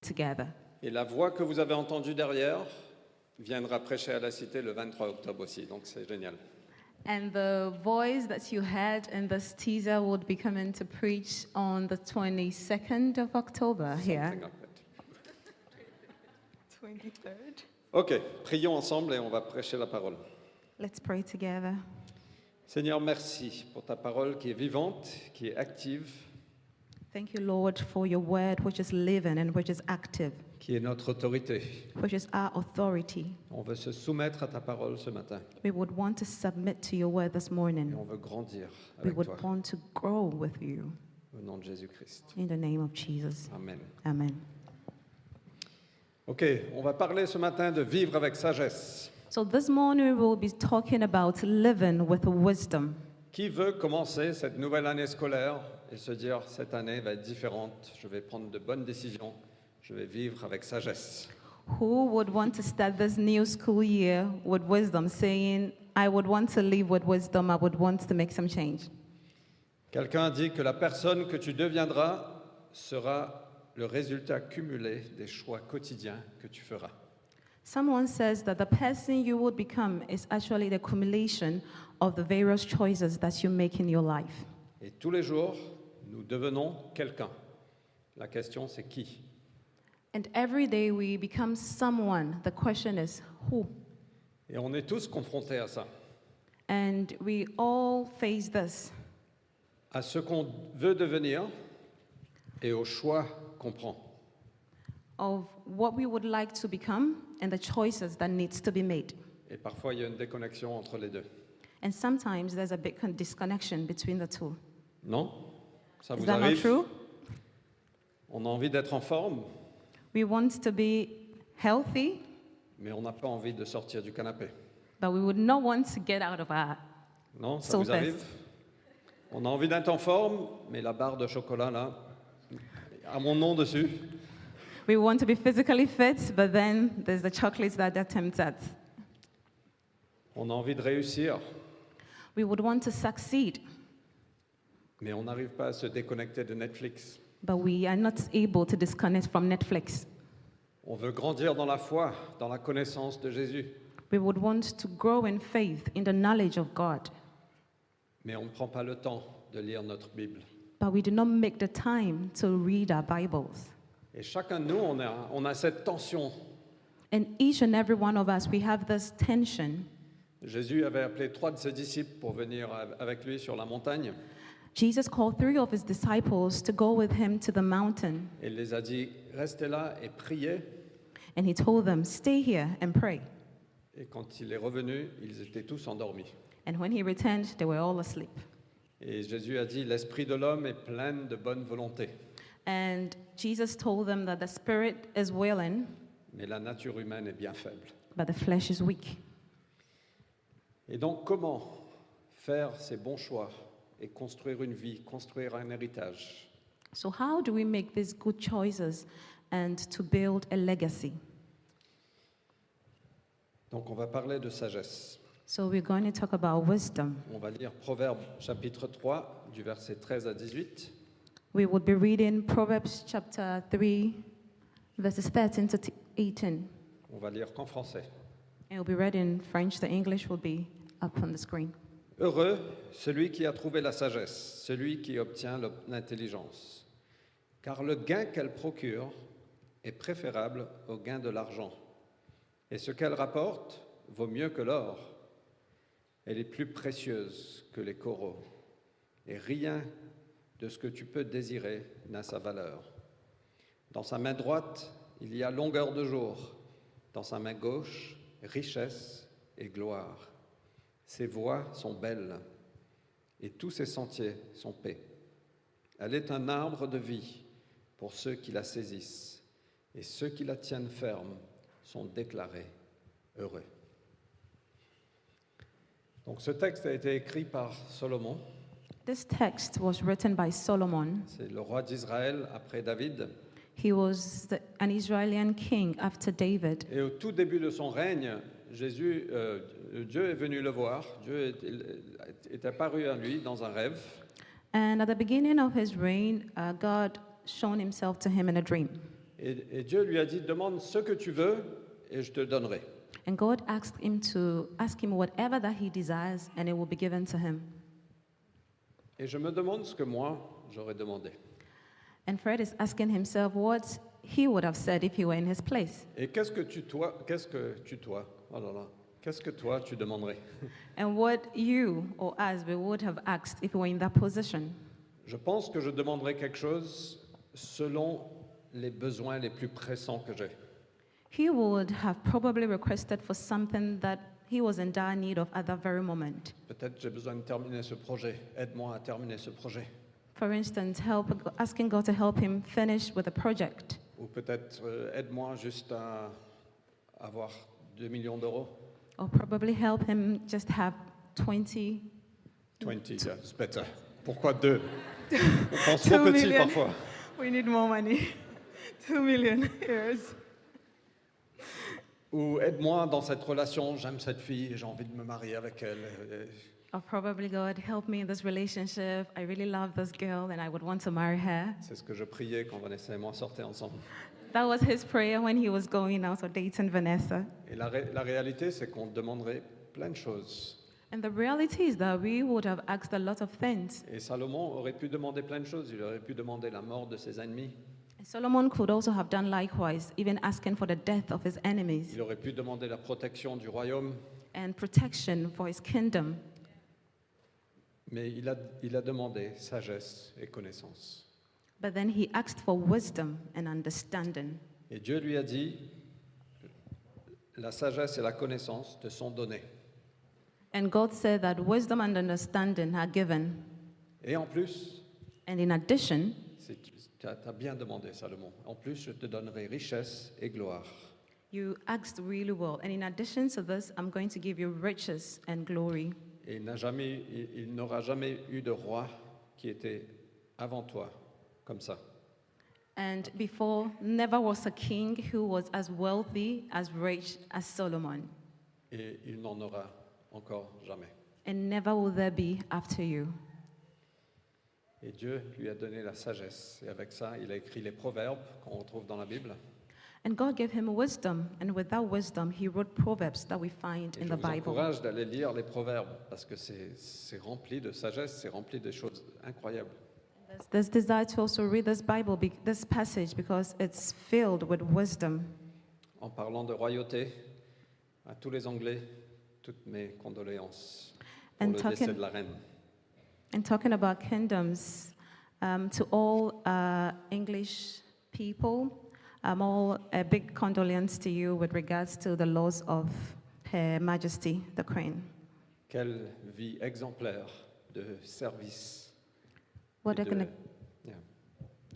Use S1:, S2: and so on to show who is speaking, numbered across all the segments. S1: together.
S2: Et la voix que vous avez entendue derrière viendra prêcher à la cité le 23 octobre aussi, donc c'est génial.
S1: And the voice that you heard in this teaser would be coming to preach on the 22nd of October here.
S2: Something like that.
S1: 23rd?
S2: Ok, prions ensemble et on va prêcher la parole.
S1: Let's pray together.
S2: Seigneur, merci pour ta parole qui est vivante, qui est active,
S1: Thank you, Lord, for your word, which is living and which is active,
S2: qui est notre autorité.
S1: which is our authority.
S2: On veut se soumettre à ta parole ce matin
S1: We would want to submit to your word this
S2: et
S1: morning.
S2: on veut grandir
S1: We
S2: avec toi.
S1: would want to grow with you.
S2: Au nom de Jésus-Christ.
S1: In the name of Jesus.
S2: Amen.
S1: Amen.
S2: Ok, on va parler ce matin de vivre avec sagesse.
S1: So this morning we'll be talking about living with wisdom.
S2: Qui veut commencer cette nouvelle année scolaire et se dire cette année va être différente, je vais prendre de bonnes décisions, je vais vivre avec sagesse
S1: Who would want to start this new school year with wisdom, saying, I would want to live with wisdom, I would want to make some change?
S2: Quelqu'un dit que la personne que tu deviendras sera le résultat cumulé des choix quotidiens que tu feras.
S1: Someone says that the person you would become is actually the accumulation of the various choices that you make in your life.
S2: Et tous les jours, nous devenons quelqu'un. La question c'est qui
S1: And every day we become someone. The question is, who?
S2: Et on est tous confrontés à ça,
S1: And we all face this
S2: à ce qu'on veut devenir et aux choix qu'on prend.
S1: of what we would like to become and the choices that needs to be made.
S2: Et parfois, il y a une déconnexion entre les deux.
S1: And sometimes there's a big con- disconnection between the two.
S2: Non Ça
S1: Is
S2: vous
S1: that not
S2: arrive
S1: true?
S2: On a envie d'être en forme,
S1: We want to be healthy,
S2: mais on n'a pas envie de sortir du canapé.
S1: but we would not want to get out of our.
S2: Non Ça
S1: Sauf
S2: vous arrive
S1: veste.
S2: On a envie d'être en forme, mais la barre de chocolat, là, à mon nom dessus.
S1: We want to be physically fit, but then there's the chocolates that that tempts us.
S2: On a envie de réussir,
S1: We would want to succeed,
S2: mais on n'arrive pas à se déconnecter de Netflix.
S1: but we are not able to disconnect from Netflix.
S2: On veut grandir dans la foi, dans la connaissance de Jésus,
S1: We would want to grow in faith, in the knowledge of God,
S2: mais on ne prend pas le temps de lire notre Bible.
S1: but we do not make the time to read our Bibles.
S2: Et chacun de nous, on a, on a cette tension.
S1: And each and every one of us, we have this tension.
S2: Jésus avait appelé trois de ses disciples pour venir avec lui sur la montagne.
S1: Jesus called three of his disciples to go with him to the mountain,
S2: Il les a dit, restez là et priez.
S1: and he told them, Stay here and pray.
S2: Et quand il est revenu, ils étaient tous endormis.
S1: And when he returned, they were all asleep.
S2: Et Jésus a dit, l'esprit de l'homme est plein de bonne volonté,
S1: And Jesus told them that the spirit is willing,
S2: mais la nature humaine est bien faible.
S1: but the flesh is weak.
S2: Et donc comment faire ces bons choix et construire une vie, construire un héritage
S1: So, how do we make these good choices and to build a legacy?
S2: Donc on va parler de sagesse.
S1: So, we're going to talk about wisdom.
S2: On va lire Proverbe chapitre 3 du verset 13 à 18.
S1: We would be reading Proverbs chapter 3, verses 13 to 18.
S2: On va lire qu'en français.
S1: It will be read in French, the English will be up on the screen.
S2: Heureux celui qui a trouvé la sagesse, celui qui obtient l'op- l'intelligence. Car le gain qu'elle procure est préférable au gain de l'argent. Et ce qu'elle rapporte vaut mieux que l'or. Elle est plus précieuse que les coraux. Et rien de ce que tu peux désirer n'a sa valeur. Dans sa main droite, il y a longueur de jour. Dans sa main gauche, richesse et gloire. Ses voies sont belles et tous ses sentiers sont paix. Elle est un arbre de vie pour ceux qui la saisissent et ceux qui la tiennent ferme sont déclarés heureux. Donc ce texte a été écrit par Salomon,
S1: This text was written by Solomon.
S2: c'est le roi d'Israël après David.
S1: He was the, an Israeli king after David.
S2: Et au tout début de son règne, Jésus, euh, Dieu est venu le voir, Dieu est- est apparu à lui dans un rêve
S1: And at the beginning of his reign, uh, God showed himself to him in a dream.
S2: Et, et Dieu lui a dit, demande ce que tu veux et je te donnerai.
S1: And God asked him to ask him whatever that he desires, and it will be given to him.
S2: Et je me demande ce que moi, j'aurais demandé.
S1: And Fred is asking himself what he would have said if he were in his place.
S2: Et qu'est-ce que tu, toi, qu'est-ce que tu, toi, oh là là, qu'est-ce que toi, tu demanderais
S1: And what you or us we would have asked if we were in that position.
S2: Je pense que je demanderais quelque chose selon les besoins les plus pressants que j'ai.
S1: He would have probably requested for something that he was in dire need of at that very moment.
S2: Peut-être j'ai besoin de terminer ce projet. Aide-moi à terminer ce projet.
S1: For instance, help, asking God to help him finish with a project,
S2: Ou peut-être euh, aide-moi juste à avoir 2 millions d'euros.
S1: or probably help him just have 20.
S2: 20, yeah, it's better. Pourquoi 2 On pense trop
S1: Two
S2: petit
S1: million.
S2: parfois.
S1: We need more money. Two million euros.
S2: Ou aide-moi dans cette relation, j'aime cette fille et j'ai envie de me marier avec elle. Et-
S1: Or probably God, help me in this relationship. I really love this girl and I would want to marry her.
S2: C'est ce que je priais quand Vanessa et moi sortaient ensemble.
S1: That was his prayer when he was going out or dating Vanessa.
S2: Et la, ré- la réalité, c'est qu'on demanderait plein de choses.
S1: And the reality is that we would have asked a lot of things.
S2: Et Salomon aurait pu demander plein de choses. Il aurait pu demander la mort de ses ennemis.
S1: Solomon could also have done likewise, even asking for the death of his enemies
S2: Il aurait pu demander la protection du royaume.
S1: and protection for his kingdom.
S2: Mais il a, il a demandé sagesse et connaissance.
S1: But then he asked for wisdom and understanding.
S2: Et Dieu lui a dit, la sagesse et la connaissance te sont données.
S1: And God said that wisdom and understanding are given.
S2: Et en plus,
S1: And in addition,
S2: tu as, bien demandé, Salomon. En plus, je te donnerai richesse et gloire.
S1: you asked really well. And in addition to this, I'm going to give you riches and glory.
S2: Et il n'a jamais- il- il n'aura jamais eu de roi qui était avant toi comme ça.
S1: And before, never was a king who was as wealthy, as rich as Solomon.
S2: Et il n'en aura encore jamais.
S1: And never will there be after you.
S2: Et Dieu lui a donné la sagesse. Et avec ça, il a écrit les proverbes qu'on retrouve dans la Bible.
S1: And God gave him wisdom. And with that wisdom, he wrote proverbs that we find
S2: Et
S1: in
S2: je
S1: the
S2: vous
S1: Bible.
S2: encourage d'aller lire les proverbes parce que c'est c'est rempli de sagesse, c'est rempli de choses incroyables.
S1: There's- There's desire to also read this Bible, be- this passage, because it's filled with wisdom.
S2: En parlant de royauté, à tous les Anglais, toutes mes condoléances pour
S1: And
S2: le
S1: talking-
S2: décès de la reine.
S1: And talking about kingdoms, um, to all uh, English people, um, all a big condolence to you with regards to the loss of Her Majesty the Queen.
S2: Quelle vie exemplaire de service.
S1: What,
S2: et
S1: a-
S2: de- Yeah.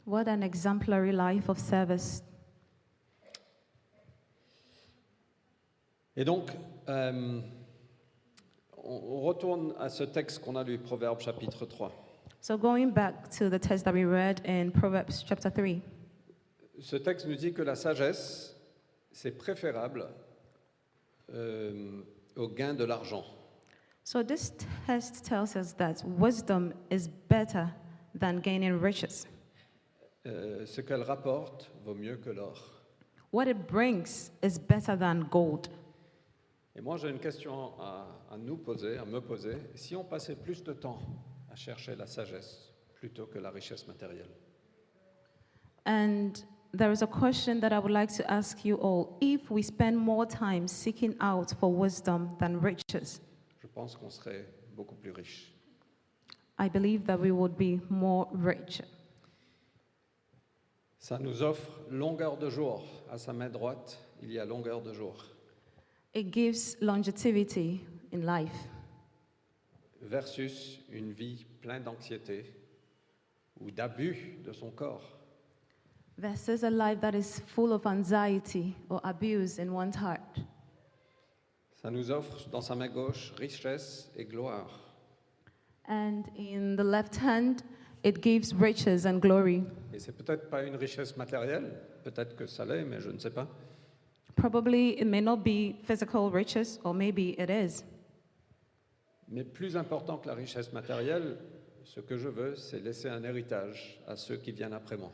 S1: what an exemplary life of service.
S2: Et donc, euh, on- on retourne à ce texte qu'on a lu, Proverbe chapitre 3.
S1: So going back to the text that we read in Proverbs chapter 3,
S2: Ce texte nous dit que la sagesse, c'est préférable euh, au gain de l'argent.
S1: so this text tells us that wisdom is better than gaining riches.
S2: Euh, ce qu'elle rapporte vaut mieux que l'or.
S1: What it brings is better than gold.
S2: Et moi, j'ai une question à, à nous poser, à me poser. Si on passait plus de temps à chercher la sagesse plutôt que la richesse matérielle,
S1: And there is a question that I would like to ask you all. If we spend more time seeking out for wisdom than riches,
S2: je pense qu'on serait beaucoup plus riche.
S1: I believe that we would be more rich.
S2: Ça nous offre longueur de jour. À sa main droite, il y a longueur de jour.
S1: It gives longevity in life
S2: Versus une vie pleine d'anxiété ou d'abus de son corps.
S1: versus a life that is full of anxiety or abuse in one's heart.
S2: Ça nous offre dans sa main gauche richesse et gloire.
S1: And in the left hand, it gives riches and glory.
S2: Et c'est peut-être pas une richesse matérielle, peut-être que ça l'est, mais je ne sais pas.
S1: Probably it may not be physical riches, or maybe it is.
S2: Mais plus important que la richesse matérielle, ce que je veux, c'est laisser un héritage à ceux qui viennent après moi.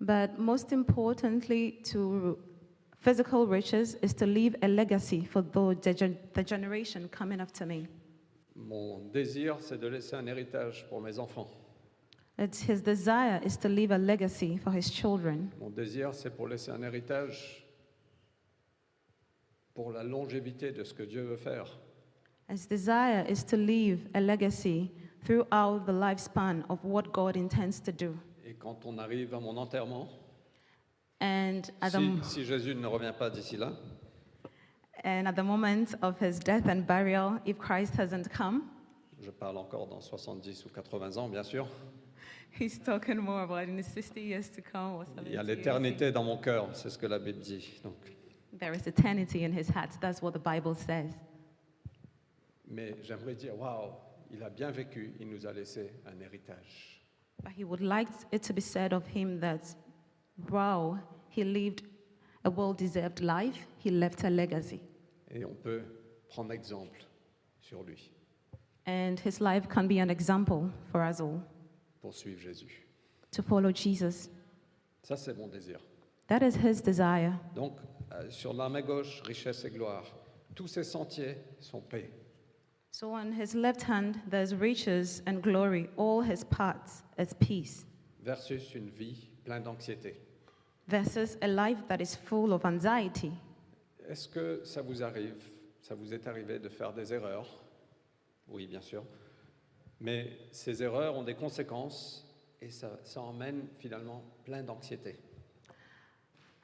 S1: But most importantly, to physical riches is to leave a legacy for tho- the, gen- the generation coming after me.
S2: Mon désir, c'est de laisser un héritage pour mes enfants.
S1: It's his desire is to leave a legacy for his children.
S2: Mon désir, c'est pour laisser un héritage pour la longévité de ce que Dieu veut faire.
S1: His desire is to leave a legacy throughout the lifespan of what God intends to do.
S2: Et quand on arrive à mon enterrement,
S1: And at, the,
S2: si,
S1: m-
S2: si Jésus ne revient pas d'ici là,
S1: and at the moment of his death and burial, if Christ hasn't come,
S2: je parle encore dans 70 ou 80 ans, bien sûr,
S1: he's talking more about in the 60 years to come or
S2: il
S1: 70
S2: y
S1: years.
S2: a l'éternité dans mon cœur, c'est ce que la Bible dit. Donc.
S1: There is eternity in his heart. That's what the Bible says.
S2: Mais j'aimerais dire, waouh, il a bien vécu, il nous a laissé un héritage.
S1: But he would like it to be said of him that, wow, he lived a well deserved life, he left a legacy.
S2: Et on peut prendre exemple sur lui
S1: And his life can be an example for us all
S2: pour suivre Jésus.
S1: to follow Jesus.
S2: Ça, c'est mon désir.
S1: That is his desire.
S2: Donc, euh, sur la main gauche, richesse et gloire. Tous ces sentiers sont payés.
S1: So on his left hand, there's riches and glory, all his parts is peace,
S2: versus une vie pleine d'anxiété.
S1: versus a life that is full of anxiety.
S2: Est-ce que ça vous arrive, ça vous est arrivé de faire des erreurs Oui, bien sûr. Mais ces erreurs ont des conséquences et ça, ça emmène finalement plein d'anxiété.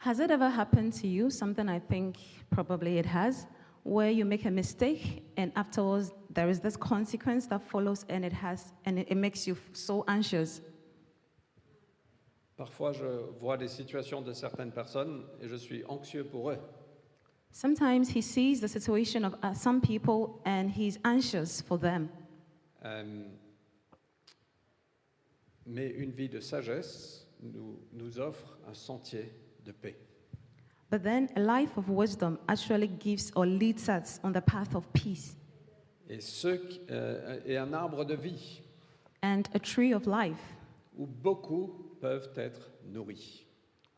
S1: Has it ever happened to you, something I think probably it has, where you make a mistake and afterwards there is this consequence that follows and it has and it, it makes you so anxious.
S2: Parfois, je vois des situations de certaines personnes et je suis anxieux pour eux.
S1: Sometimes he sees the situation of uh, some people and he's anxious for them.
S2: Euh, mais une vie de sagesse nous, nous offre un sentier de paix.
S1: But then a life of wisdom actually gives or leads us on the path of peace
S2: Et, ceux qui- euh, et un arbre de vie
S1: and a tree of life
S2: où beaucoup peuvent être nourris.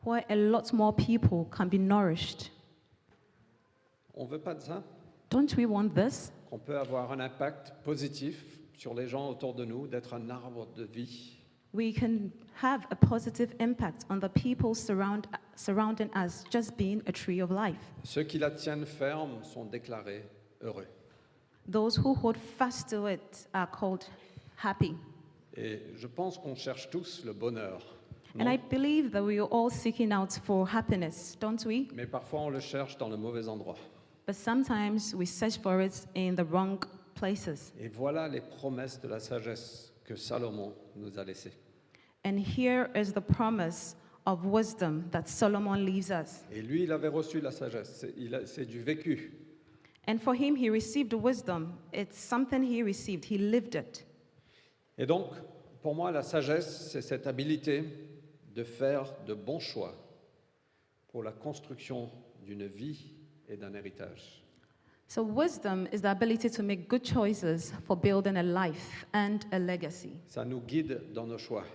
S1: where a lot more people can be nourished.
S2: On ne veut pas de ça
S1: Don't we want this?
S2: Qu'on peut avoir un impact positif sur les gens autour de nous, d'être un arbre de vie.
S1: we can have a positive impact on the people surround, surrounding us just being a tree of life.
S2: Ceux qui la tiennent ferme sont déclarés heureux.
S1: Those who hold fast to it are called happy.
S2: Et je pense qu'on cherche tous le bonheur. non
S1: And I believe that we are all seeking out for happiness, don't we?
S2: Mais parfois on le cherche dans le mauvais endroit.
S1: But sometimes we search for it in the wrong places.
S2: Et voilà les promesses de la sagesse que Salomon nous a laissées.
S1: And here is the promise of wisdom that Solomon leaves us.
S2: Et lui, il avait reçu la sagesse. C'est- il a- C'est du vécu.
S1: And for him, he received wisdom. It's something he received, he lived it.
S2: Et donc, pour moi, la sagesse, c'est cette habilité de faire de bons choix pour la construction d'une vie et d'un héritage.
S1: So, wisdom is the ability to make good choices for building a life and a legacy.
S2: Ça nous guide dans nos choix.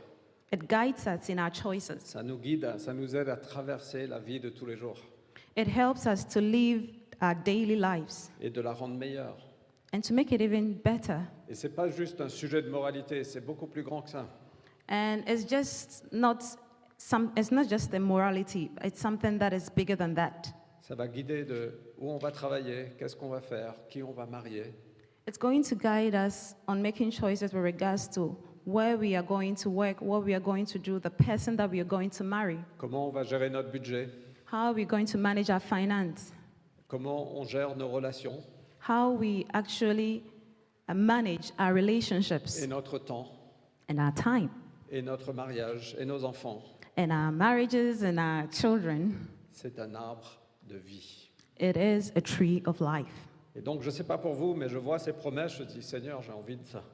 S1: It guides us in our choices,
S2: Ça nous guide, à- ça nous aide à traverser la vie de tous les jours
S1: it helps us to live our daily lives
S2: et de la rendre meilleure.
S1: and to make it even better.
S2: Et c'est pas juste un sujet de moralité, c'est beaucoup plus grand que ça.
S1: And it's just not some, it's not just a morality, it's something that is bigger than that.
S2: Ça va guider de où on va travailler, qu'est-ce qu'on va faire, qui on va marier,
S1: It's going to guide us on making choices with regards to where we are going to work, what we are going to do, the person that we are going to marry,
S2: comment on va gérer notre budget,
S1: how are we going to manage our finance.
S2: comment on gère nos relations
S1: how we actually uh, manage our relationships
S2: et notre temps.
S1: and our time
S2: et notre mariage et nos enfants,
S1: and our marriages and our children.
S2: c'est un arbre de vie.
S1: It is a tree of life.
S2: Et donc, je ne sais pas pour vous, mais je vois ces promesses, je dis, Seigneur, j'ai envie de ça.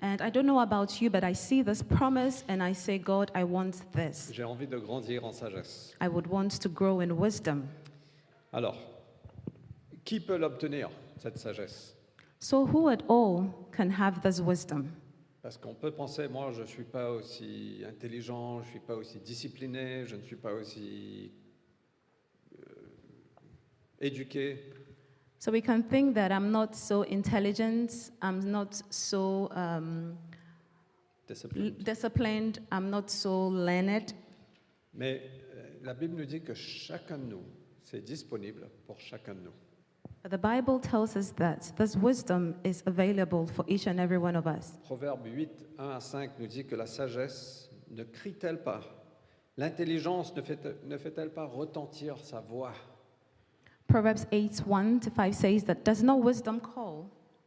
S1: And I don't know about you, but I see this promise and I say, God, I want this.
S2: J'ai envie de grandir en sagesse.
S1: I would want to grow in wisdom.
S2: Alors, qui peut l'obtenir, cette sagesse
S1: So, who at all can have this wisdom?
S2: Pas Parce qu'on peut penser, moi, je ne suis pas aussi intelligent, je ne suis pas aussi discipliné, je ne suis pas aussi euh, éduqué.
S1: So we can think that I'm not so intelligent, I'm not so um, l-
S2: discipliné.
S1: Mm. disciplined, I'm not so learned.
S2: Mais euh, la Bible nous dit que chacun de nous, c'est disponible pour chacun de nous.
S1: But the Bible tells us that this wisdom is available for each and every one of us.
S2: Proverbe 8, 1 à 5 nous dit que la sagesse ne crie-t-elle pas L'intelligence ne fait- ne fait-elle pas retentir sa voix
S1: Proverbs 8 1 to 5 says that does not wisdom call,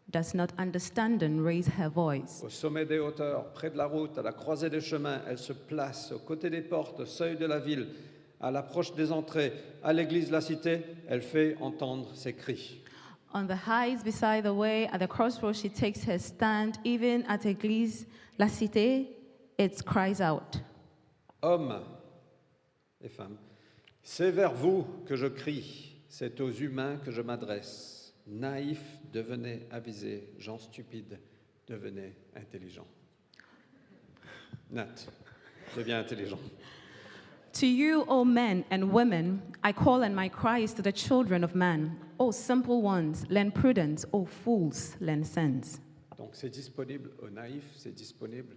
S1: does not understanding raise her voice.
S2: Au sommet des hauteurs, près de la route, à la croisée des chemins, elle se place aux côtés des portes, au seuil de la ville, à l'approche des entrées, à l'église de la cité, elle fait entendre ses cris.
S1: On the heights beside the way, at the crossroads, she takes her stand. Even at Église La Cité, it cries out.
S2: Hommes et femmes, c'est vers vous que je crie, c'est aux humains que je m'adresse. Naïfs, devenez avisés, gens stupides, devenez intelligents. Nat, deviens intelligent.
S1: To you, O men and women, I call, and my cry is to the children of man. O simple ones, learn prudence. O fools, learn sense.
S2: Donc c'est disponible aux naïfs, c'est disponible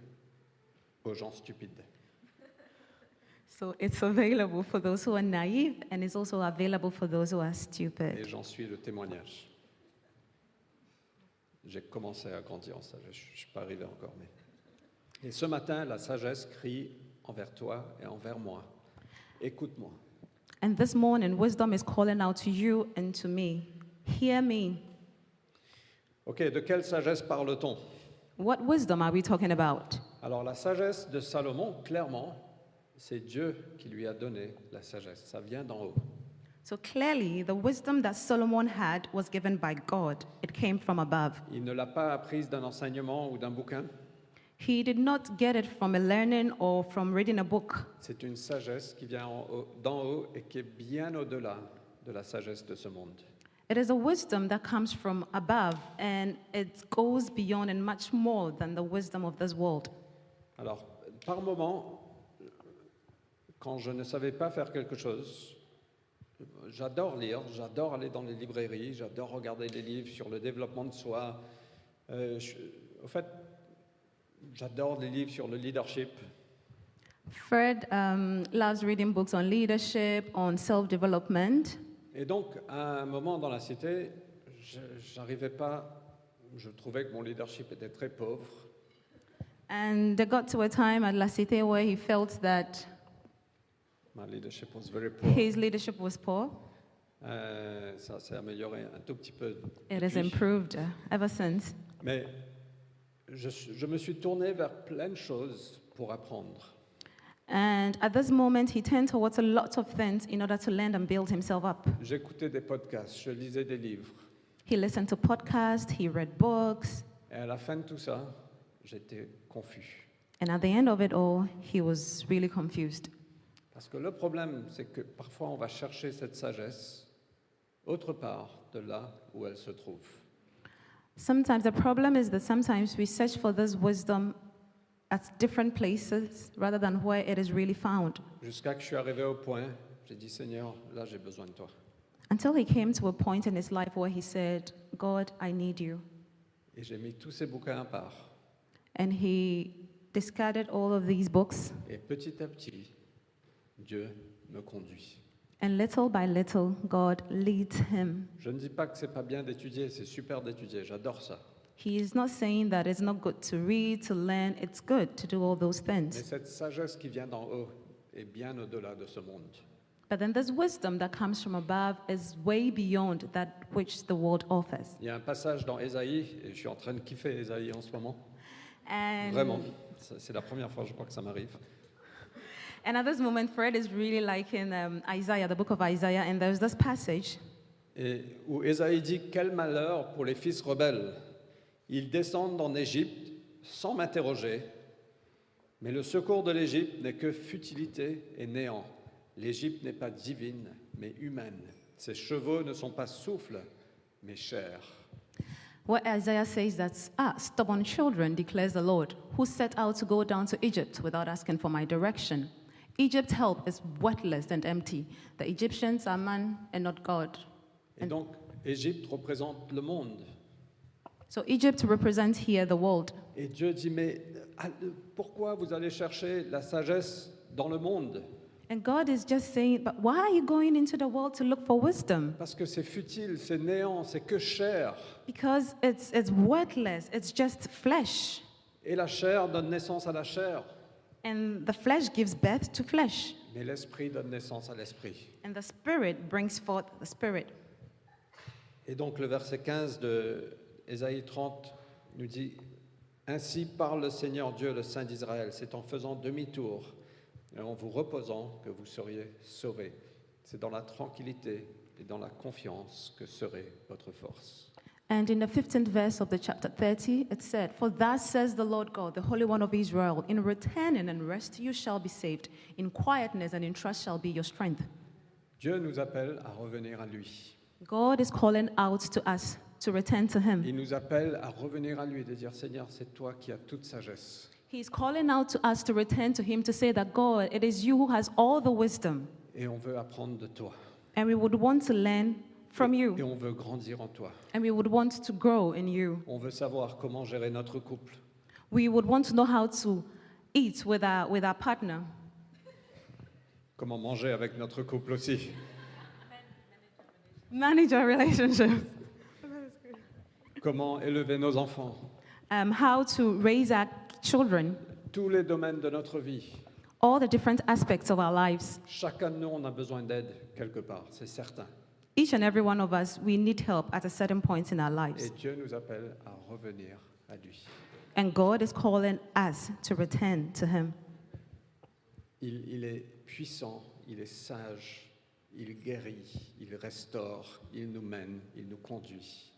S2: aux gens stupides.
S1: So it's available for those who are naive, and it's also available for those who are
S2: Et
S1: stupid.
S2: j'en suis le témoignage. J'ai commencé à grandir en sagesse, je ne suis pas arrivé encore. Mais... Et ce matin, la sagesse crie envers toi et envers moi. Écoute-moi.
S1: And this morning, wisdom is calling out to you and to me. Hear me.
S2: Ok, de quelle sagesse parle-t-on
S1: What wisdom are we talking about?
S2: Alors la sagesse de Salomon, clairement, c'est Dieu qui lui a donné la sagesse. Ça vient d'en haut.
S1: So clearly, the wisdom that Solomon had was given by God, it came from above.
S2: Il ne l'a pas apprise d'un enseignement ou d'un bouquin.
S1: He did not get it from a learning or from reading a book.
S2: C'est une sagesse qui vient en haut- d'en haut et qui est bien au-delà de la sagesse de ce monde.
S1: It is a wisdom that comes from above, and it goes beyond and much more than the wisdom of this world.
S2: Alors, par moment, quand je ne savais pas faire quelque chose, j'adore lire, j'adore aller dans les librairies, j'adore regarder les livres sur le développement de soi. Euh, je- au fait, j'adore les livres sur le leadership.
S1: Fred um, loves reading books on leadership, on self development.
S2: Et donc, à un moment dans la cité, je j'arrivais pas, je trouvais que mon leadership était très pauvre.
S1: And there got to a time at La Cité where he felt that
S2: My leadership was very poor.
S1: his leadership was poor.
S2: Euh, ça s'est amélioré un tout petit peu.
S1: It has
S2: depuis.
S1: improved uh, ever since.
S2: Mais je, suis- je me suis tourné vers plein de choses pour apprendre.
S1: And at this moment, he turned towards a lot of things in order to learn and build himself up.
S2: J'écoutais des podcasts, je lisais des livres.
S1: He listened to podcasts, he read books,
S2: Et à la fin de tout ça, j'étais confus.
S1: and at the end of it all, he was really confused.
S2: Parce que le problème, c'est que parfois on va chercher cette sagesse autre part de là où elle se trouve.
S1: Sometimes the problem is that sometimes we search for this wisdom at different places rather than where it is really found.
S2: Jusqu'à que je suis arrivé au point, j'ai dit Seigneur, là j'ai besoin de toi.
S1: Until he came to a point in his life where he said, God, I need you.
S2: Et j'ai mis tous ces bouquins à part.
S1: And he discarded all of these books,
S2: Et petit à petit, Dieu me conduit.
S1: and little by little, God leads him.
S2: Je ne dis pas que c'est pas bien d'étudier, c'est super d'étudier, j'adore ça.
S1: He is not saying that it's not good to read, to learn, it's good to do all those
S2: Mais
S1: things.
S2: cette sagesse qui vient d'en haut est bien au-delà de ce monde.
S1: But then this wisdom that comes from above is way beyond that which the world offers.
S2: Il y a un passage dans Ésaïe, et je suis en train de kiffer Ésaïe en ce moment,
S1: And
S2: vraiment. Ça, C'est la première fois, je crois, que ça m'arrive.
S1: And at this moment, Fred is really liking um, Isaiah, the book of Isaiah, and there's this passage.
S2: Et où Ésaïe dit Quel malheur pour les fils rebelles Ils descendent en Égypte sans m'interroger, mais le secours de l'Égypte n'est que futilité et néant. L'Égypte n'est pas divine, mais humaine. Ses chevaux ne sont pas souffle, mais chair.
S1: Where Isaiah says that, ah, stubborn children, declares the Lord, who set out to go down to Egypt without asking for my direction. Egypt's help is worthless and empty. The Egyptians are man and not God.
S2: Et donc, Égypte représente le monde.
S1: So Egypt represents here the world.
S2: Et Dieu dit, mais ah, pourquoi vous allez chercher la sagesse dans le monde
S1: And God is just saying, but why are you going into the world to look for wisdom?
S2: Parce que c'est futile, c'est néant, c'est que chair.
S1: Because it's, it's worthless, it's just flesh.
S2: Et la chair donne naissance à la chair,
S1: And the flesh gives birth to flesh,
S2: mais l'esprit donne naissance à l'esprit.
S1: and the spirit brings forth the spirit.
S2: Et donc le verset 15 de Ésaïe 30 nous dit Ainsi parle le Seigneur Dieu, le Saint d'Israël, c'est en faisant demi-tour et en vous reposant que vous seriez sauvés. C'est dans la tranquillité et dans la confiance que serait votre force.
S1: And in the 15th verse of the chapter 30, it said, For thus says the Lord God, the Holy One of Israel, in returning and rest you shall be saved, in quietness and in trust shall be your strength.
S2: Dieu nous appelle à revenir à lui.
S1: God is calling out to us to return to Him.
S2: Il nous appelle à revenir à lui, de dire Seigneur, c'est toi qui as toute sagesse.
S1: He's calling out to us to return to Him to say that, God, it is you who has all the wisdom,
S2: Et on veut apprendre de toi.
S1: and we would want to learn from
S2: Et
S1: you,
S2: on veut grandir en toi.
S1: and we would want to grow in you.
S2: On veut savoir comment gérer notre couple.
S1: We would want to know how to eat with our, with our partner,
S2: Comment manger avec notre couple aussi.
S1: manage our relationships,
S2: Comment élever nos enfants.
S1: um, how to raise our children,
S2: Tous les domaines de notre vie.
S1: all the different aspects of our lives.
S2: Chacun de nous, on a besoin d'aide quelque part, c'est certain.
S1: Each and every one of us, we need help at a certain point in our
S2: Et
S1: lives.
S2: Dieu nous appelle à revenir à lui.
S1: And God is calling us to return to Him.
S2: Il, il est puissant, il est sage, il guérit, il restaure, il nous mène, il nous conduit.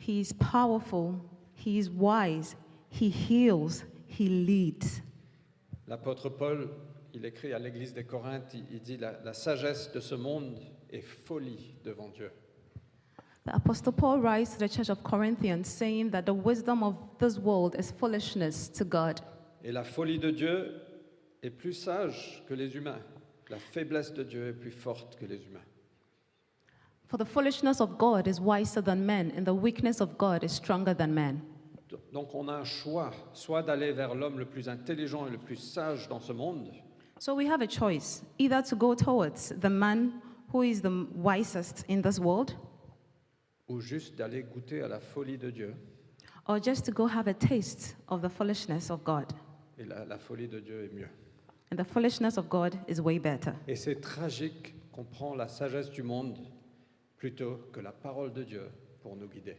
S1: He is powerful, He is wise, He heals, He leads.
S2: L'apôtre Paul, il écrit à l'église des Corinthes, il, il dit la, la sagesse de ce monde est folie devant Dieu.
S1: The Apostle Paul writes to the church of Corinthians saying that the wisdom of this world is foolishness to God.
S2: Et la folie de Dieu est plus sage que les humains. La faiblesse de Dieu est plus forte que les humains.
S1: For the foolishness of God is wiser than men, and the weakness of God is stronger than man.
S2: Donc on a un choix, soit d'aller vers l'homme le plus intelligent et le plus sage dans ce monde,
S1: So we have a choice either to go towards the man who is the wisest in this world,
S2: ou juste d'aller goûter à la folie de Dieu.
S1: or just to go have a taste of the foolishness of God.
S2: Et la, la folie de Dieu est mieux.
S1: And the foolishness of God is way better.
S2: Et c'est tragique qu'on prend la sagesse du monde plutôt que la parole de Dieu pour nous guider.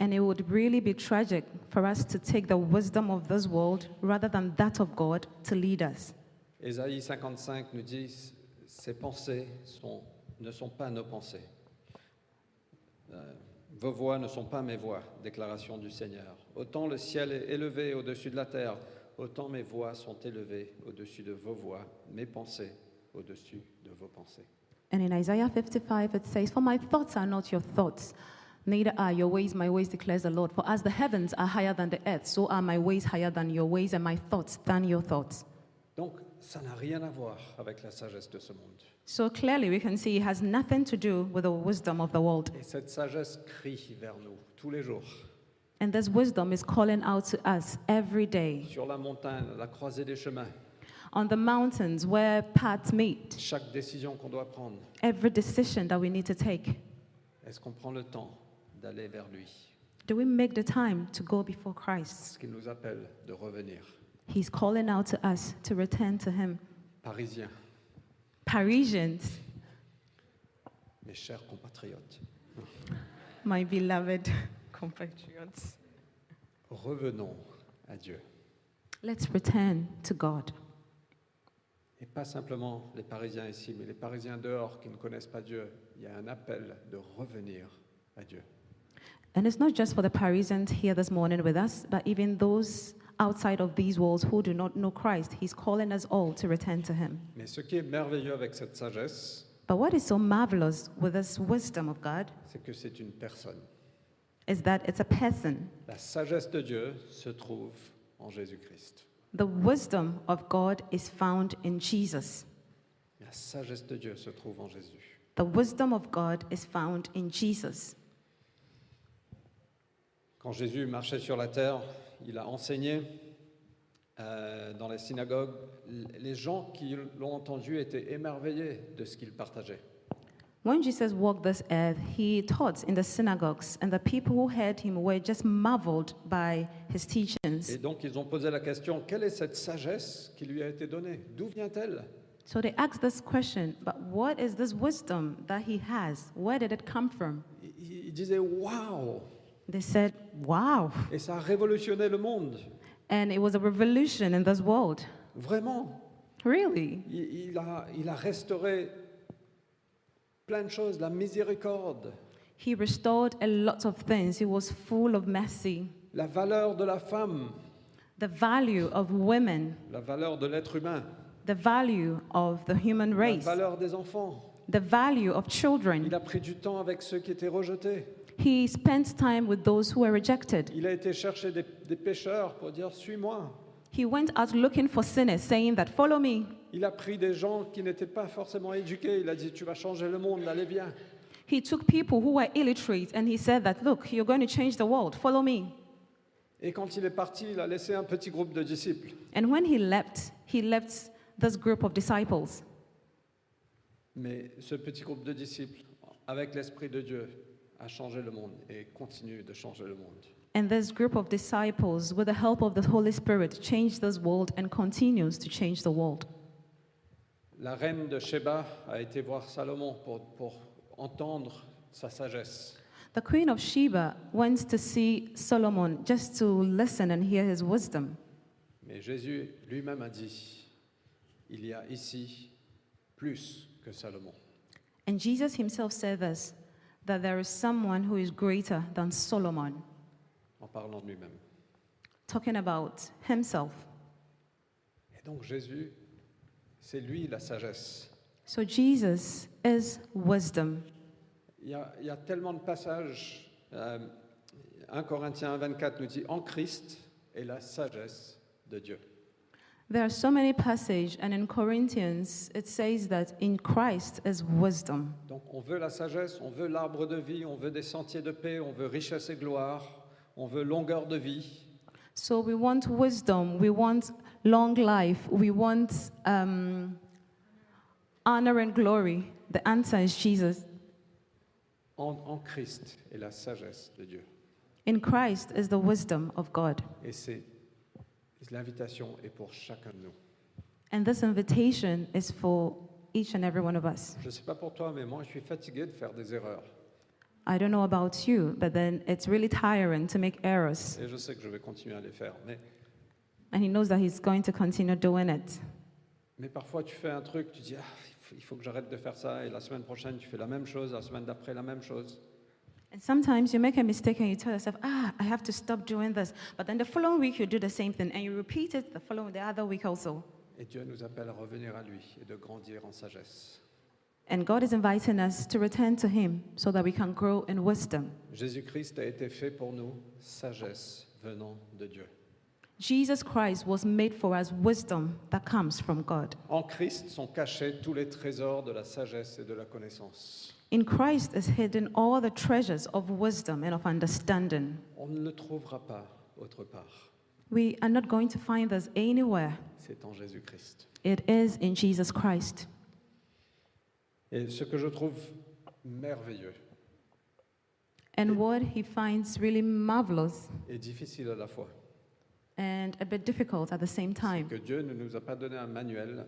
S1: And it would really be tragic for us to take the wisdom of this world rather than that of God to lead us.
S2: Ésaïe 55 nous dit, ces pensées sont- ne sont pas nos pensées. Euh, vos voix ne sont pas mes voix, déclaration du Seigneur. Autant le ciel est élevé au-dessus de la terre, autant mes voix sont élevées au-dessus de vos voix, mes pensées au-dessus de vos pensées.
S1: And in Isaiah 55, it says, For my thoughts are not your thoughts, neither are your ways my ways, declares the Lord. For as the heavens are higher than the earth, so are my ways higher than your ways, and my thoughts than your thoughts.
S2: Donc, ça n'a rien à voir avec la sagesse de ce monde.
S1: So clearly, we can see it has nothing to do with the wisdom of the world.
S2: Et cette sagesse crie vers nous tous les jours.
S1: And this wisdom is calling out to us every day
S2: Sur la montagne, à la croisée des chemins,
S1: on the mountains where paths meet,
S2: chaque décision qu'on doit prendre,
S1: every decision that we need to take.
S2: est-ce qu'on prend le temps d'aller vers lui
S1: Do we make the time to go before Christ?
S2: ce qu'il nous appelle de revenir.
S1: He's calling out to us to return to Him.
S2: Parisiens,
S1: Parisians,
S2: mes chers compatriotes,
S1: my beloved compatriots,
S2: revenons à Dieu.
S1: let's return to God.
S2: Et pas simplement les Parisiens ici, mais les Parisiens dehors qui ne connaissent pas Dieu. Il y a un appel de revenir à Dieu.
S1: And it's not just for the Parisians here this morning with us, but even those outside of these walls who do not know Christ. He's calling us all to return to Him.
S2: Mais ce qui est merveilleux avec cette sagesse,
S1: But what is so marvelous with this wisdom of God
S2: c'est que c'est une personne.
S1: is that it's a person.
S2: La sagesse de Dieu se trouve en Jésus-Christ.
S1: The wisdom of God is found in Jesus.
S2: La sagesse de Dieu se trouve en Jésus.
S1: The wisdom of God is found in Jesus.
S2: Quand Jésus marchait sur la terre, il a enseigné euh, dans les synagogues. L- Les gens qui l'ont entendu étaient émerveillés de ce qu'il partageait.
S1: When Jesus walked this earth, he taught in the synagogues, and the people who heard him were just marveled by his teachings.
S2: Et donc ils ont posé la question, quelle est cette sagesse qui lui a été donnée D'où vient-elle
S1: So they asked this question but what is this wisdom that he has? Where did it come from?
S2: Il il disait, waouh
S1: They said, Wow.
S2: Et ça a révolutionné le monde.
S1: And it was a revolution in this world.
S2: Vraiment.
S1: Really?
S2: Il, il a, il a restauré plein de choses, la miséricorde,
S1: He restored a lot of things. He was full of mercy,
S2: la valeur de la femme,
S1: the value of women,
S2: la valeur de l'être humain,
S1: the value of the human race,
S2: la valeur des enfants.
S1: the value of children.
S2: Il a pris du temps avec ceux qui étaient rejetés.
S1: He spent time with those who were rejected.
S2: Il a été chercher des, des pêcheurs pour dire suis-moi.
S1: He went out looking for sinners, saying that, Follow me.
S2: Il a pris des gens qui n'étaient pas forcément éduqués. Il a dit tu vas changer le monde, allez viens.
S1: He took people who were illiterate and he said that, Look, you're going to change the world, follow me.
S2: Et quand il est parti, il a laissé un petit groupe de disciples.
S1: And when he left, he left this group of disciples.
S2: Mais ce petit groupe de disciples, avec l'Esprit de Dieu, a changé le monde et continue de changer le monde.
S1: And this group of disciples, with the help of the Holy Spirit, changed this world and continues to change the world.
S2: La reine de Sheba a été voir Salomon pour, pour entendre sa sagesse.
S1: The Queen of Sheba went to see Solomon just to listen and hear his wisdom.
S2: Mais Jésus lui-même a dit, il y a ici plus que Salomon.
S1: And Jesus himself said this that there is someone who is greater than Solomon,
S2: en parlant de lui-même.
S1: talking about himself.
S2: Et donc Jésus, c'est lui la sagesse.
S1: So Jesus is wisdom.
S2: Il y a, il y a tellement de passages. Euh, 1 Corinthiens 24 nous dit, en Christ est la sagesse de Dieu.
S1: There are so many passages, and in Corinthians it says that in Christ is wisdom.
S2: Donc on veut la sagesse, on veut l'arbre de vie, on veut des sentiers de paix, on veut richesse et gloire, on veut longueur de vie.
S1: So we want wisdom, we want long life, we want um, honor and glory. The answer is Jesus.
S2: En, en Christ est la sagesse de Dieu.
S1: In Christ is the wisdom of God.
S2: Et c'est l'invitation est pour chacun de nous.
S1: And this invitation is for each and every one of us.
S2: Je ne sais pas pour toi, mais moi je suis fatigué de faire des erreurs.
S1: I don't know about you, but then it's really tiring to make errors.
S2: Et je sais que je vais continuer à les faire. Mais
S1: And he knows that he's going to continue doing it.
S2: Mais parfois, tu fais un truc, tu dis, Ah, il faut- il faut que j'arrête de faire ça, et la semaine prochaine, tu fais la même chose, la semaine d'après, la même chose.
S1: And sometimes you make a mistake and you tell yourself, ah, I have to stop doing this. But then the following week you do the same thing and you repeat it the following the other week also.
S2: Et Dieu nous appelle à revenir à lui et de grandir en sagesse.
S1: And God is inviting us to return to Him so that we can grow in wisdom.
S2: Jésus-Christ a été fait pour nous sagesse venant de Dieu.
S1: Jesus Christ was made for us wisdom that comes from God.
S2: En Christ sont cachés tous les trésors de la sagesse et de la connaissance.
S1: In Christ is hidden all the treasures of wisdom and of understanding.
S2: On ne le trouvera pas autre part.
S1: We are not going to find this anywhere.
S2: C'est en Jésus-Christ.
S1: It is in Jesus Christ.
S2: Et ce que je trouve merveilleux
S1: And what he finds really marvelous
S2: et difficile à la fois,
S1: and a bit difficult at the same time
S2: que Dieu ne nous a pas donné un manuel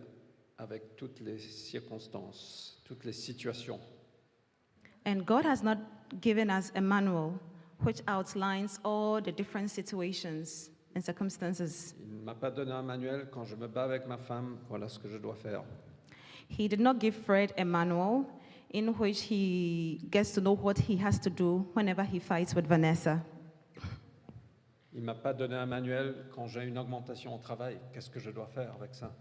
S2: avec toutes les circonstances, toutes les situations.
S1: And God has not given us a manual which outlines all the different situations and circumstances.
S2: Il ne m'a pas donné un manuel quand je me bats avec ma femme, voilà ce que je dois faire.
S1: He did not give Fred a manual in which he gets to know what he has to do whenever he fights with Vanessa.
S2: Il ne m'a pas donné un manuel quand j'ai une augmentation au travail, qu'est-ce que je dois faire avec ça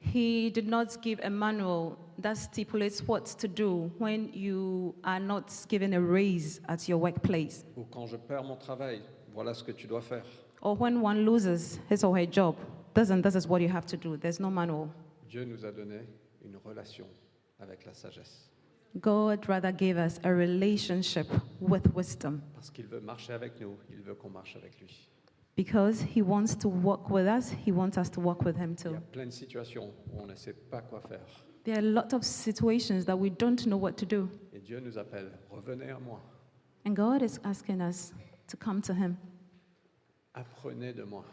S1: He did not give a manual that stipulates what to do when you are not given a raise at your workplace
S2: ou quand je perds mon travail, voilà ce que tu dois faire.
S1: or when one loses his or her job. This and this is what you have to do. There's no manual.
S2: Dieu nous a donné une relation avec la sagesse
S1: God rather gave us a relationship with wisdom
S2: parce qu'il veut marcher avec nous, il veut qu'on marche avec lui.
S1: because He wants to walk with us, He wants us to walk with Him
S2: Il y a
S1: too.
S2: plein de situations où on ne sait pas quoi faire
S1: There are a lot of situations that we don't know what to do,
S2: et Dieu nous appelle revenez à moi,
S1: and God is asking us to come to Him.
S2: apprenez de moi,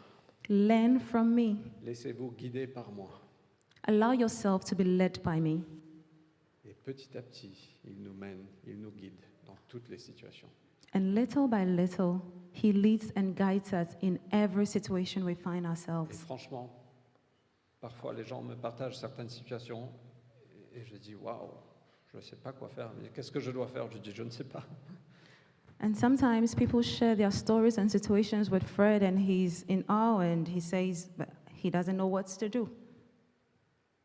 S1: Learn from me,
S2: laissez-vous guider par moi.
S1: allow yourself to be led by me.
S2: Et petit à petit, il nous mène, il nous guide dans toutes les situations.
S1: And little by little, He leads and guides us in every situation we find
S2: Et
S1: ourselves.
S2: franchement, parfois les gens me partagent certaines situations et- et je dis waouh, je ne sais pas quoi faire, mais qu'est-ce que je dois faire Je dis je ne sais pas.
S1: And sometimes people share their stories and situations with Fred, and he's in awe and he says but he doesn't know what to do.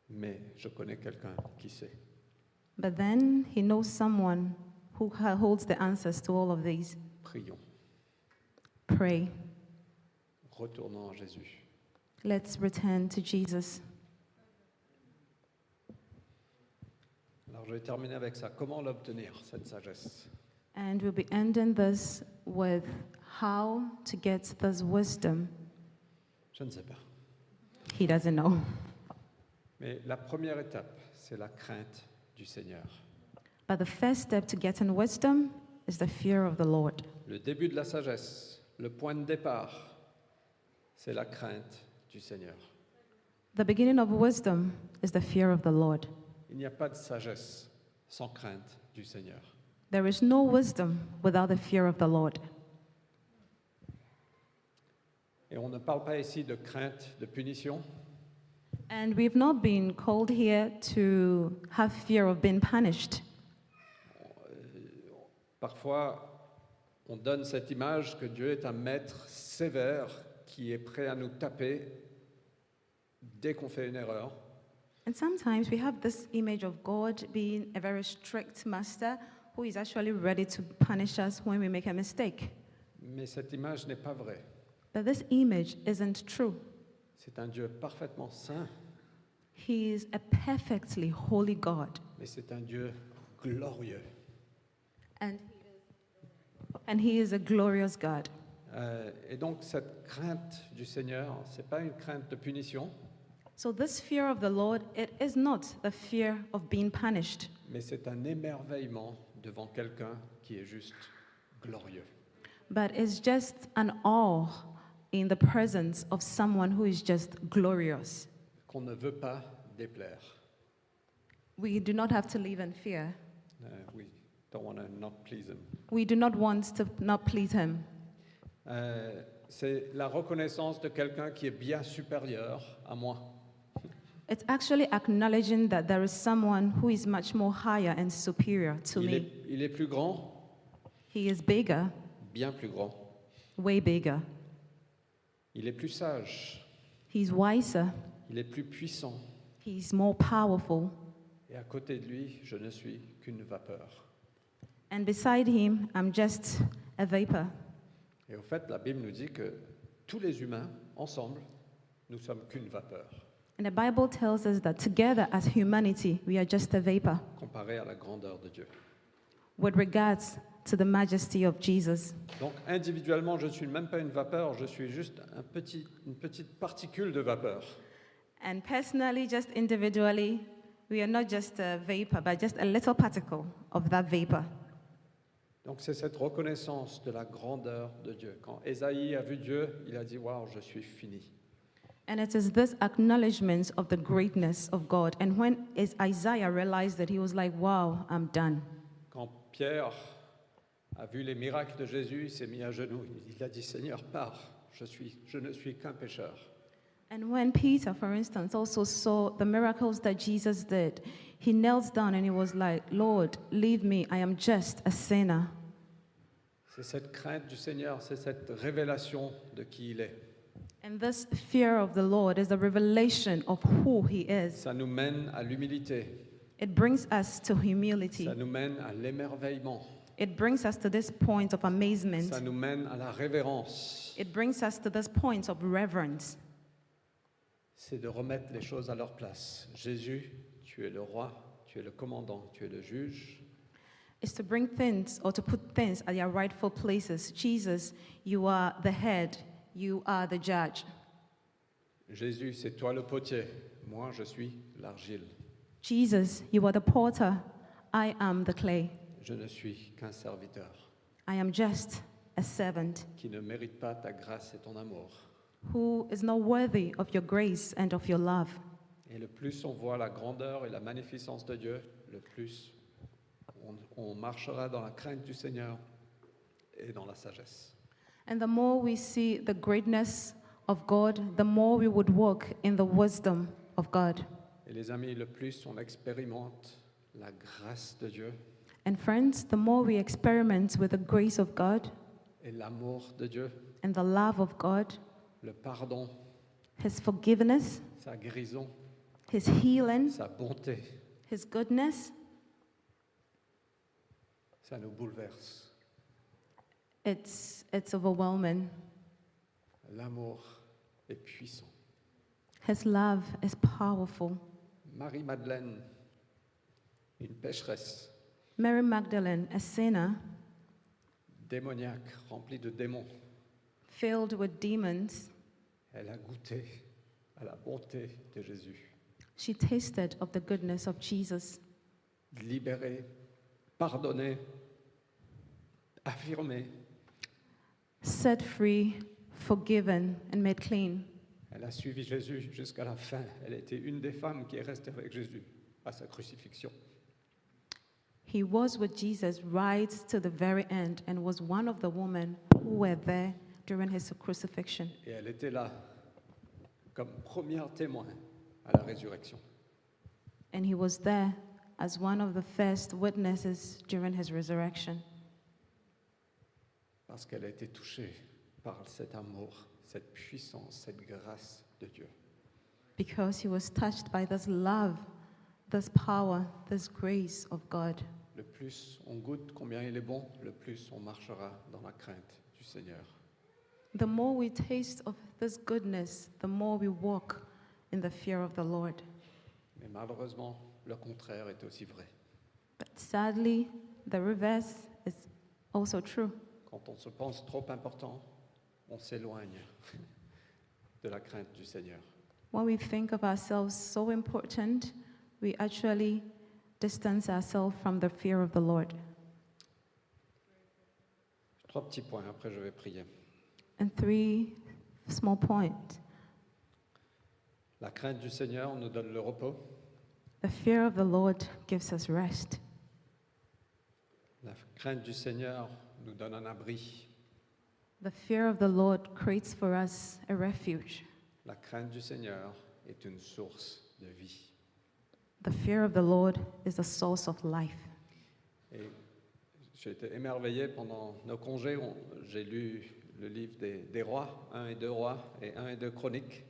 S2: Mais je connais quelqu'un qui sait.
S1: But then he knows someone who ha- holds the answers to all of these.
S2: Prions,
S1: Pray.
S2: retournons à Jésus.
S1: Let's return to Jesus.
S2: Alors je vais terminer avec ça. Comment l'obtenir, cette sagesse
S1: And we'll be ending this with how to get this wisdom.
S2: Je ne sais pas.
S1: He doesn't know.
S2: Mais la première étape, c'est la crainte du Seigneur.
S1: But the first step to getting wisdom is the fear of the Lord.
S2: Le début de la sagesse, le point de départ, c'est la crainte du Seigneur.
S1: The beginning of wisdom is the fear of the Lord.
S2: Il n'y a pas de sagesse sans crainte du Seigneur.
S1: There is no wisdom without the fear of the Lord.
S2: Et on ne parle pas ici de crainte, de punition,
S1: And we've not been called here to have fear of being punished.
S2: Parfois, on donne cette image que Dieu est un maître sévère qui est prêt à nous taper dès qu'on fait une erreur.
S1: And sometimes we have this image of God being a very strict master who is actually ready to punish us when we make a mistake.
S2: Mais cette image n'est pas vraie.
S1: But this image isn't true.
S2: C'est un Dieu parfaitement saint,
S1: He is a perfectly holy God,
S2: mais c'est un Dieu glorieux.
S1: and, and He is a glorious God.
S2: Euh, et donc cette crainte du Seigneur, ce n'est pas une crainte de punition,
S1: So, this fear of the Lord, it is not the fear of being punished,
S2: mais c'est un émerveillement devant quelqu'un qui est juste glorieux.
S1: but it's just an awe in the presence of someone who is just glorious.
S2: qu'on ne veut pas déplaire.
S1: We do not have to live in fear.
S2: Euh, we don't want to not please him.
S1: We do not want to not please him.
S2: Euh, c'est la reconnaissance de quelqu'un qui est bien supérieur à moi.
S1: It's actually acknowledging that there is someone who is much more higher and superior to
S2: Il est,
S1: me.
S2: il est plus grand,
S1: He is bigger,
S2: bien plus grand.
S1: way bigger.
S2: Il est plus sage,
S1: He's wiser.
S2: il est plus puissant.
S1: He's more powerful.
S2: Et à côté de lui, je ne suis qu'une vapeur.
S1: And beside him, I'm just a vapor.
S2: Et au fait, la Bible nous dit que tous les humains, ensemble, nous sommes qu'une vapeur,
S1: And the Bible tells us that together as humanity, we are just a vapor
S2: comparé à la grandeur de Dieu.
S1: with regards to the majesty of Jesus.
S2: Donc individuellement, je ne suis même pas une vapeur, je suis juste un petit, une petite particule de vapeur.
S1: And personally, just individually, we are not just a vapor, but just a little particle of that vapor.
S2: Donc c'est cette reconnaissance de la grandeur de Dieu. Quand Ésaïe a vu Dieu, il a dit Waouh, je suis fini.
S1: And it is this acknowledgement of the greatness of God. And when is Isaiah realized that he was like, wow, I'm done.
S2: Quand Pierre a vu les miracles de Jésus, il s'est mis à genoux. Il a dit Seigneur, pars, je, suis, je ne suis qu'un pécheur.
S1: And when Peter, for instance, also saw the miracles that Jesus did, he knelt down and he was like, Lord, leave me, I am just a sinner.
S2: C'est cette crainte du Seigneur, c'est cette révélation de qui il est.
S1: And this fear of the Lord is the revelation of who He is.
S2: Ça nous mène à l'humilité,
S1: It brings us to humility.
S2: ça nous mène à l'émerveillement,
S1: It brings us to this point of amazement.
S2: ça nous mène à la révérence.
S1: It brings us to this point of reverence.
S2: C'est de remettre les choses à leur place. Jésus, tu es le roi, tu es le commandant, tu es le juge.
S1: It's to bring things or to put things at their rightful places. Jesus, you are the head, you are the judge.
S2: Jésus, c'est toi le potier, moi je suis l'argile.
S1: Jesus, you are the potter, I am the clay.
S2: Je ne suis qu'un serviteur
S1: I am just a servant
S2: qui ne mérite pas ta grâce et ton amour.
S1: who is not worthy of your grace and of your love.
S2: Et le plus on voit la grandeur et la magnificence de Dieu, le plus on, on marchera dans la crainte du Seigneur et dans la sagesse.
S1: And the more we see the greatness of God, the more we would walk in the wisdom of God.
S2: Et les amis, le plus on expérimente la grâce de Dieu
S1: And friends, the more we experiment with the grace of God
S2: et l'amour de Dieu,
S1: and the love of God,
S2: le pardon,
S1: His forgiveness,
S2: sa guérison,
S1: His healing,
S2: sa bonté,
S1: His goodness,
S2: ça nous bouleverse.
S1: it's, it's overwhelming.
S2: L'amour est puissant.
S1: His love is powerful.
S2: Marie-Madeleine, une pécheresse,
S1: Mary Magdalene, a sinner
S2: démoniaque, remplie de démons,
S1: filled with demons,
S2: elle a goûté à la bonté de Jésus.
S1: she tasted of the goodness of Jesus,
S2: libérée, pardonnée, affirmée.
S1: set free, forgiven, and made clean.
S2: Elle a suivi Jésus jusqu'à la fin. Elle était une des femmes qui est restée avec Jésus à sa crucifixion.
S1: He was with Jesus right to the very end and was one of the women who were there during his crucifixion.
S2: Et elle était là comme première témoin à la résurrection.
S1: And he was there as one of the first witnesses during his resurrection
S2: Parce qu'elle a été touchée par cet amour, cette puissance, cette grâce de Dieu.
S1: because he was touched by this love, this power, this grace of God.
S2: Le plus on goûte combien il est bon, le plus on marchera dans la crainte du Seigneur.
S1: The more we taste of this goodness, the more we walk in the fear of the Lord.
S2: Mais malheureusement, le contraire est aussi vrai.
S1: But sadly, the reverse is also true.
S2: Quand on se pense trop important, on s'éloigne de la crainte du Seigneur.
S1: When we think of ourselves so important, we actually distance ourselves from the fear of the Lord.
S2: Trois petits points, après je vais prier.
S1: And three small points
S2: La crainte du Seigneur nous donne le repos.
S1: the fear of the Lord gives us rest,
S2: La crainte du Seigneur nous donne un abri.
S1: the fear of the Lord creates for us a refuge,
S2: La crainte du Seigneur est une source de vie.
S1: the fear of the Lord is the source of life.
S2: Et j'ai été émerveillé pendant nos congés. on- J'ai lu le livre des, des rois, 1 et 2 rois et 1 et 2 chroniques.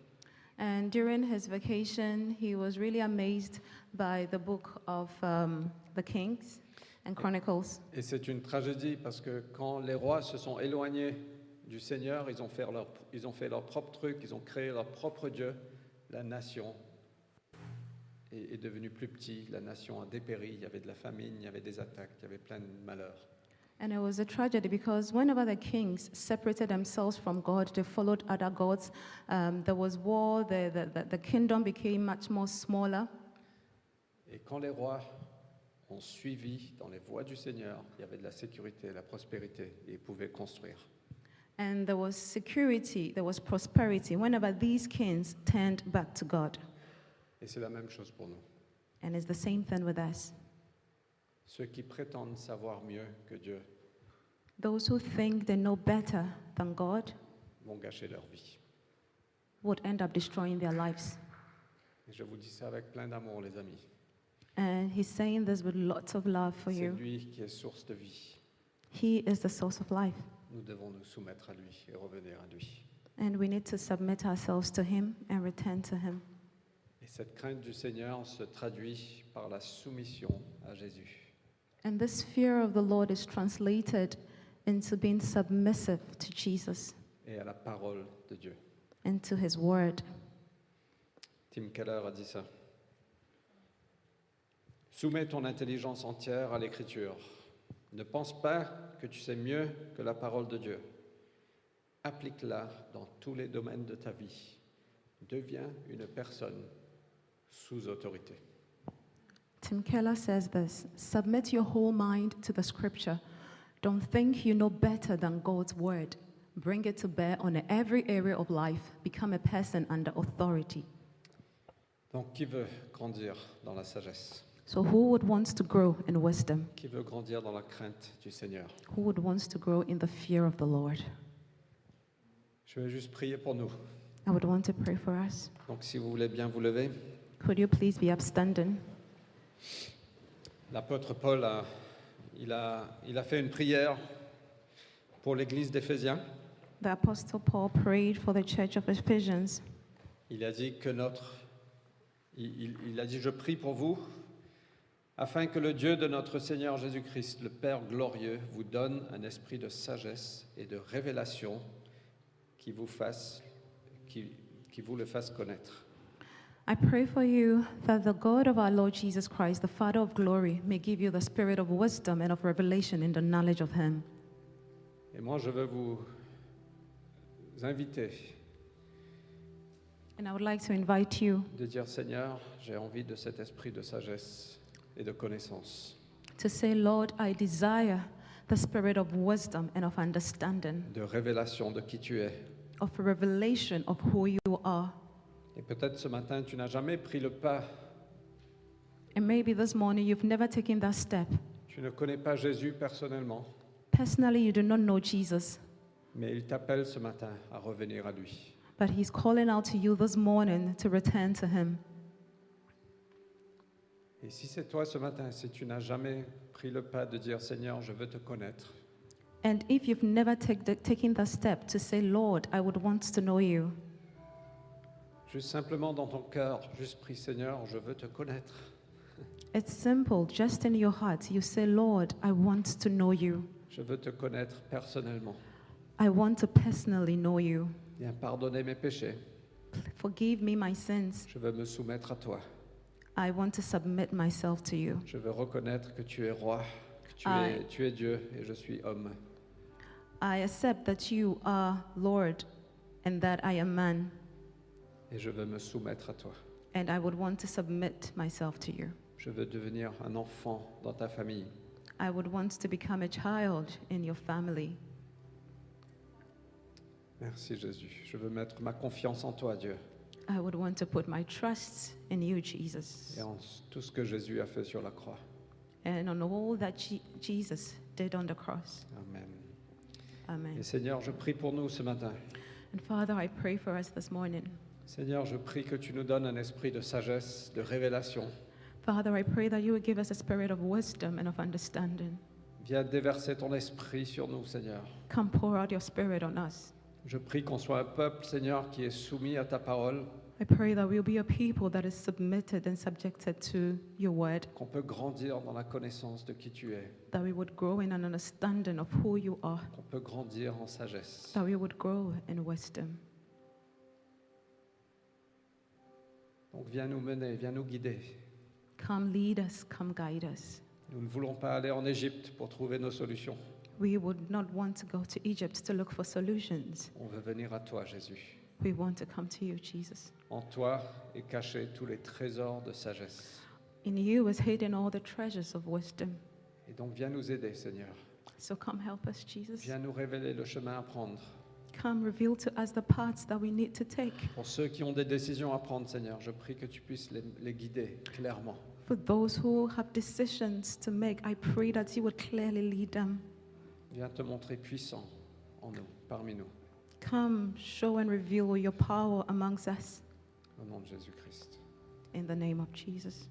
S1: And during his vacation, he was really amazed by the book of um, the Kings and Chronicles.
S2: Et c'est une tragédie parce que quand les rois se sont éloignés du Seigneur, ils ont fait leur, ils ont fait leur propre truc, ils ont créé leur propre Dieu, la nation est, est devenue plus petite, la nation a dépéri, il y avait de la famine, il y avait des attaques, il y avait plein de malheurs.
S1: And it was a tragedy because whenever the kings separated themselves from God, they followed other gods. Um, there was war, the, the, the, the kingdom became much more smaller.
S2: Et quand les rois ont suivi dans les voies du Seigneur, il y avait de la sécurité, de la prospérité, et ils pouvaient construire.
S1: And there was security, there was prosperity whenever these kings turned back to God.
S2: Et c'est la même chose pour nous.
S1: And it's the same thing with us.
S2: Ceux qui prétendent savoir mieux que Dieu
S1: Those who think they know better than God
S2: vont gâcher leur vie.
S1: would end up destroying their lives.
S2: Et je vous dis ça avec plein d'amour, les amis.
S1: And he's saying this with lots of love for
S2: C'est
S1: you.
S2: lui qui est source de vie.
S1: He is the source of life.
S2: Nous devons nous soumettre à lui et revenir à lui.
S1: And we need to submit ourselves to Him and return to Him.
S2: Et cette crainte du Seigneur se traduit par la soumission à Jésus.
S1: And this fear of the Lord is translated into being submissive to Jesus
S2: et à la parole de Dieu.
S1: and to His Word.
S2: Tim Keller a dit ça. Soumets ton intelligence entière à l'écriture. Ne pense pas que tu sais mieux que la parole de Dieu. Applique-la dans tous les domaines de ta vie. Deviens une personne sous autorité.
S1: Tim Keller says this Submit your whole mind to the scripture. Don't think you know better than God's word. Bring it to bear on every area of life. Become a person under authority.
S2: Donc qui veut grandir dans la sagesse
S1: So, who would want to grow in wisdom?
S2: Qui veut grandir dans la crainte du Seigneur
S1: Who would want to grow in the fear of the Lord?
S2: Je vais juste prier pour nous.
S1: I would want to pray for us.
S2: Donc si vous voulez bien vous lever.
S1: Could you please be upstanding?
S2: L'apôtre Paul a, il a, il a fait une prière pour l'église d'Éphésiens.
S1: The Apostle Paul prayed for the church of Ephesians.
S2: Il a dit que notre. Il, il- il a dit Je prie pour vous, afin que le Dieu de notre Seigneur Jésus-Christ, le Père glorieux, vous donne un esprit de sagesse et de révélation qui vous, fasse, qui, qui vous le fasse connaître.
S1: I pray for you that the God of our Lord Jesus Christ, the Father of glory, may give you the spirit of wisdom and of revelation in the knowledge of Him.
S2: Et moi, je veux vous inviter
S1: And I would like to invite you
S2: de dire Seigneur, j'ai envie de cet esprit de sagesse et de connaissance.
S1: to say, Lord, I desire the spirit of wisdom and of understanding,
S2: de révélation de qui tu es.
S1: of revelation of who you are.
S2: Et peut-être ce matin, tu n'as jamais pris le pas,
S1: And maybe this morning you've never taken that step.
S2: tu ne connais pas Jésus personnellement,
S1: Personally, you do not know Jesus,
S2: mais il t'appelle ce matin à revenir à lui.
S1: but He's calling out to you this morning to return to Him.
S2: Et si c'est toi ce matin, si tu n'as jamais pris le pas de dire Seigneur, je veux te connaître,
S1: And if you've never take the, taken that step to say, Lord, I would want to know you.
S2: juste simplement dans ton cœur, juste prie Seigneur, je veux te connaître.
S1: It's simple, just in your heart. You say, Lord, I want to know you.
S2: Je veux te connaître personnellement.
S1: I want to personally know you.
S2: Viens pardonner mes péchés.
S1: Forgive me my sins.
S2: Je veux me soumettre à toi.
S1: I want to submit myself to you.
S2: Je veux reconnaître que tu es roi, que tu,
S1: Ah.
S2: es, tu es Dieu et je suis homme.
S1: I accept that you are Lord and that I am man,
S2: Et je veux me soumettre à toi.
S1: and I would want to submit myself to you.
S2: Je veux devenir un enfant dans ta famille.
S1: I would want to become a child in your family.
S2: Merci Jésus. Je veux mettre ma confiance en toi, Dieu,
S1: I would want to put my trust in you, Jesus,
S2: et en tout ce que Jésus a fait sur la croix.
S1: and on all that Je- Jesus did on the cross.
S2: Amen. Et
S1: Amen.
S2: Seigneur, je prie pour nous ce matin.
S1: And Father, I pray for us this morning.
S2: Seigneur, je prie que tu nous donnes un esprit de sagesse, de révélation.
S1: Father, I pray that you would give us a spirit of wisdom and of understanding.
S2: Viens déverser ton esprit sur nous, Seigneur.
S1: Come pour out your spirit on us.
S2: Je prie qu'on soit un peuple, Seigneur, qui est soumis à ta parole,
S1: I pray that we'll be a people that is submitted and subjected to your word,
S2: qu'on peut grandir dans la connaissance de qui tu es,
S1: that we would grow in an understanding of who you are,
S2: qu'on peut grandir en sagesse.
S1: that we would grow in wisdom.
S2: Donc viens nous mener, viens nous guider.
S1: Come lead us, come guide us.
S2: Nous ne voulons pas aller en Égypte pour trouver nos solutions.
S1: We would not want to go to Egypt to look for solutions.
S2: On veut venir à toi, Jésus.
S1: We want to come to you, Jesus.
S2: En toi est caché tous les trésors de sagesse.
S1: In you is hidden all the treasures of wisdom.
S2: Et donc viens nous aider, Seigneur.
S1: So come help us, Jesus.
S2: Viens nous révéler le chemin à prendre.
S1: Come, reveal to us the paths that we need to take.
S2: Pour ceux qui ont des décisions à prendre, Seigneur, je prie que tu puisses les, les guider clairement.
S1: For those who have decisions to make, I pray that you would clearly lead them.
S2: Viens te montrer puissant en nous, parmi nous.
S1: Come, show and reveal your power amongst us.
S2: Au nom de Jésus-Christ.
S1: In the name of Jesus.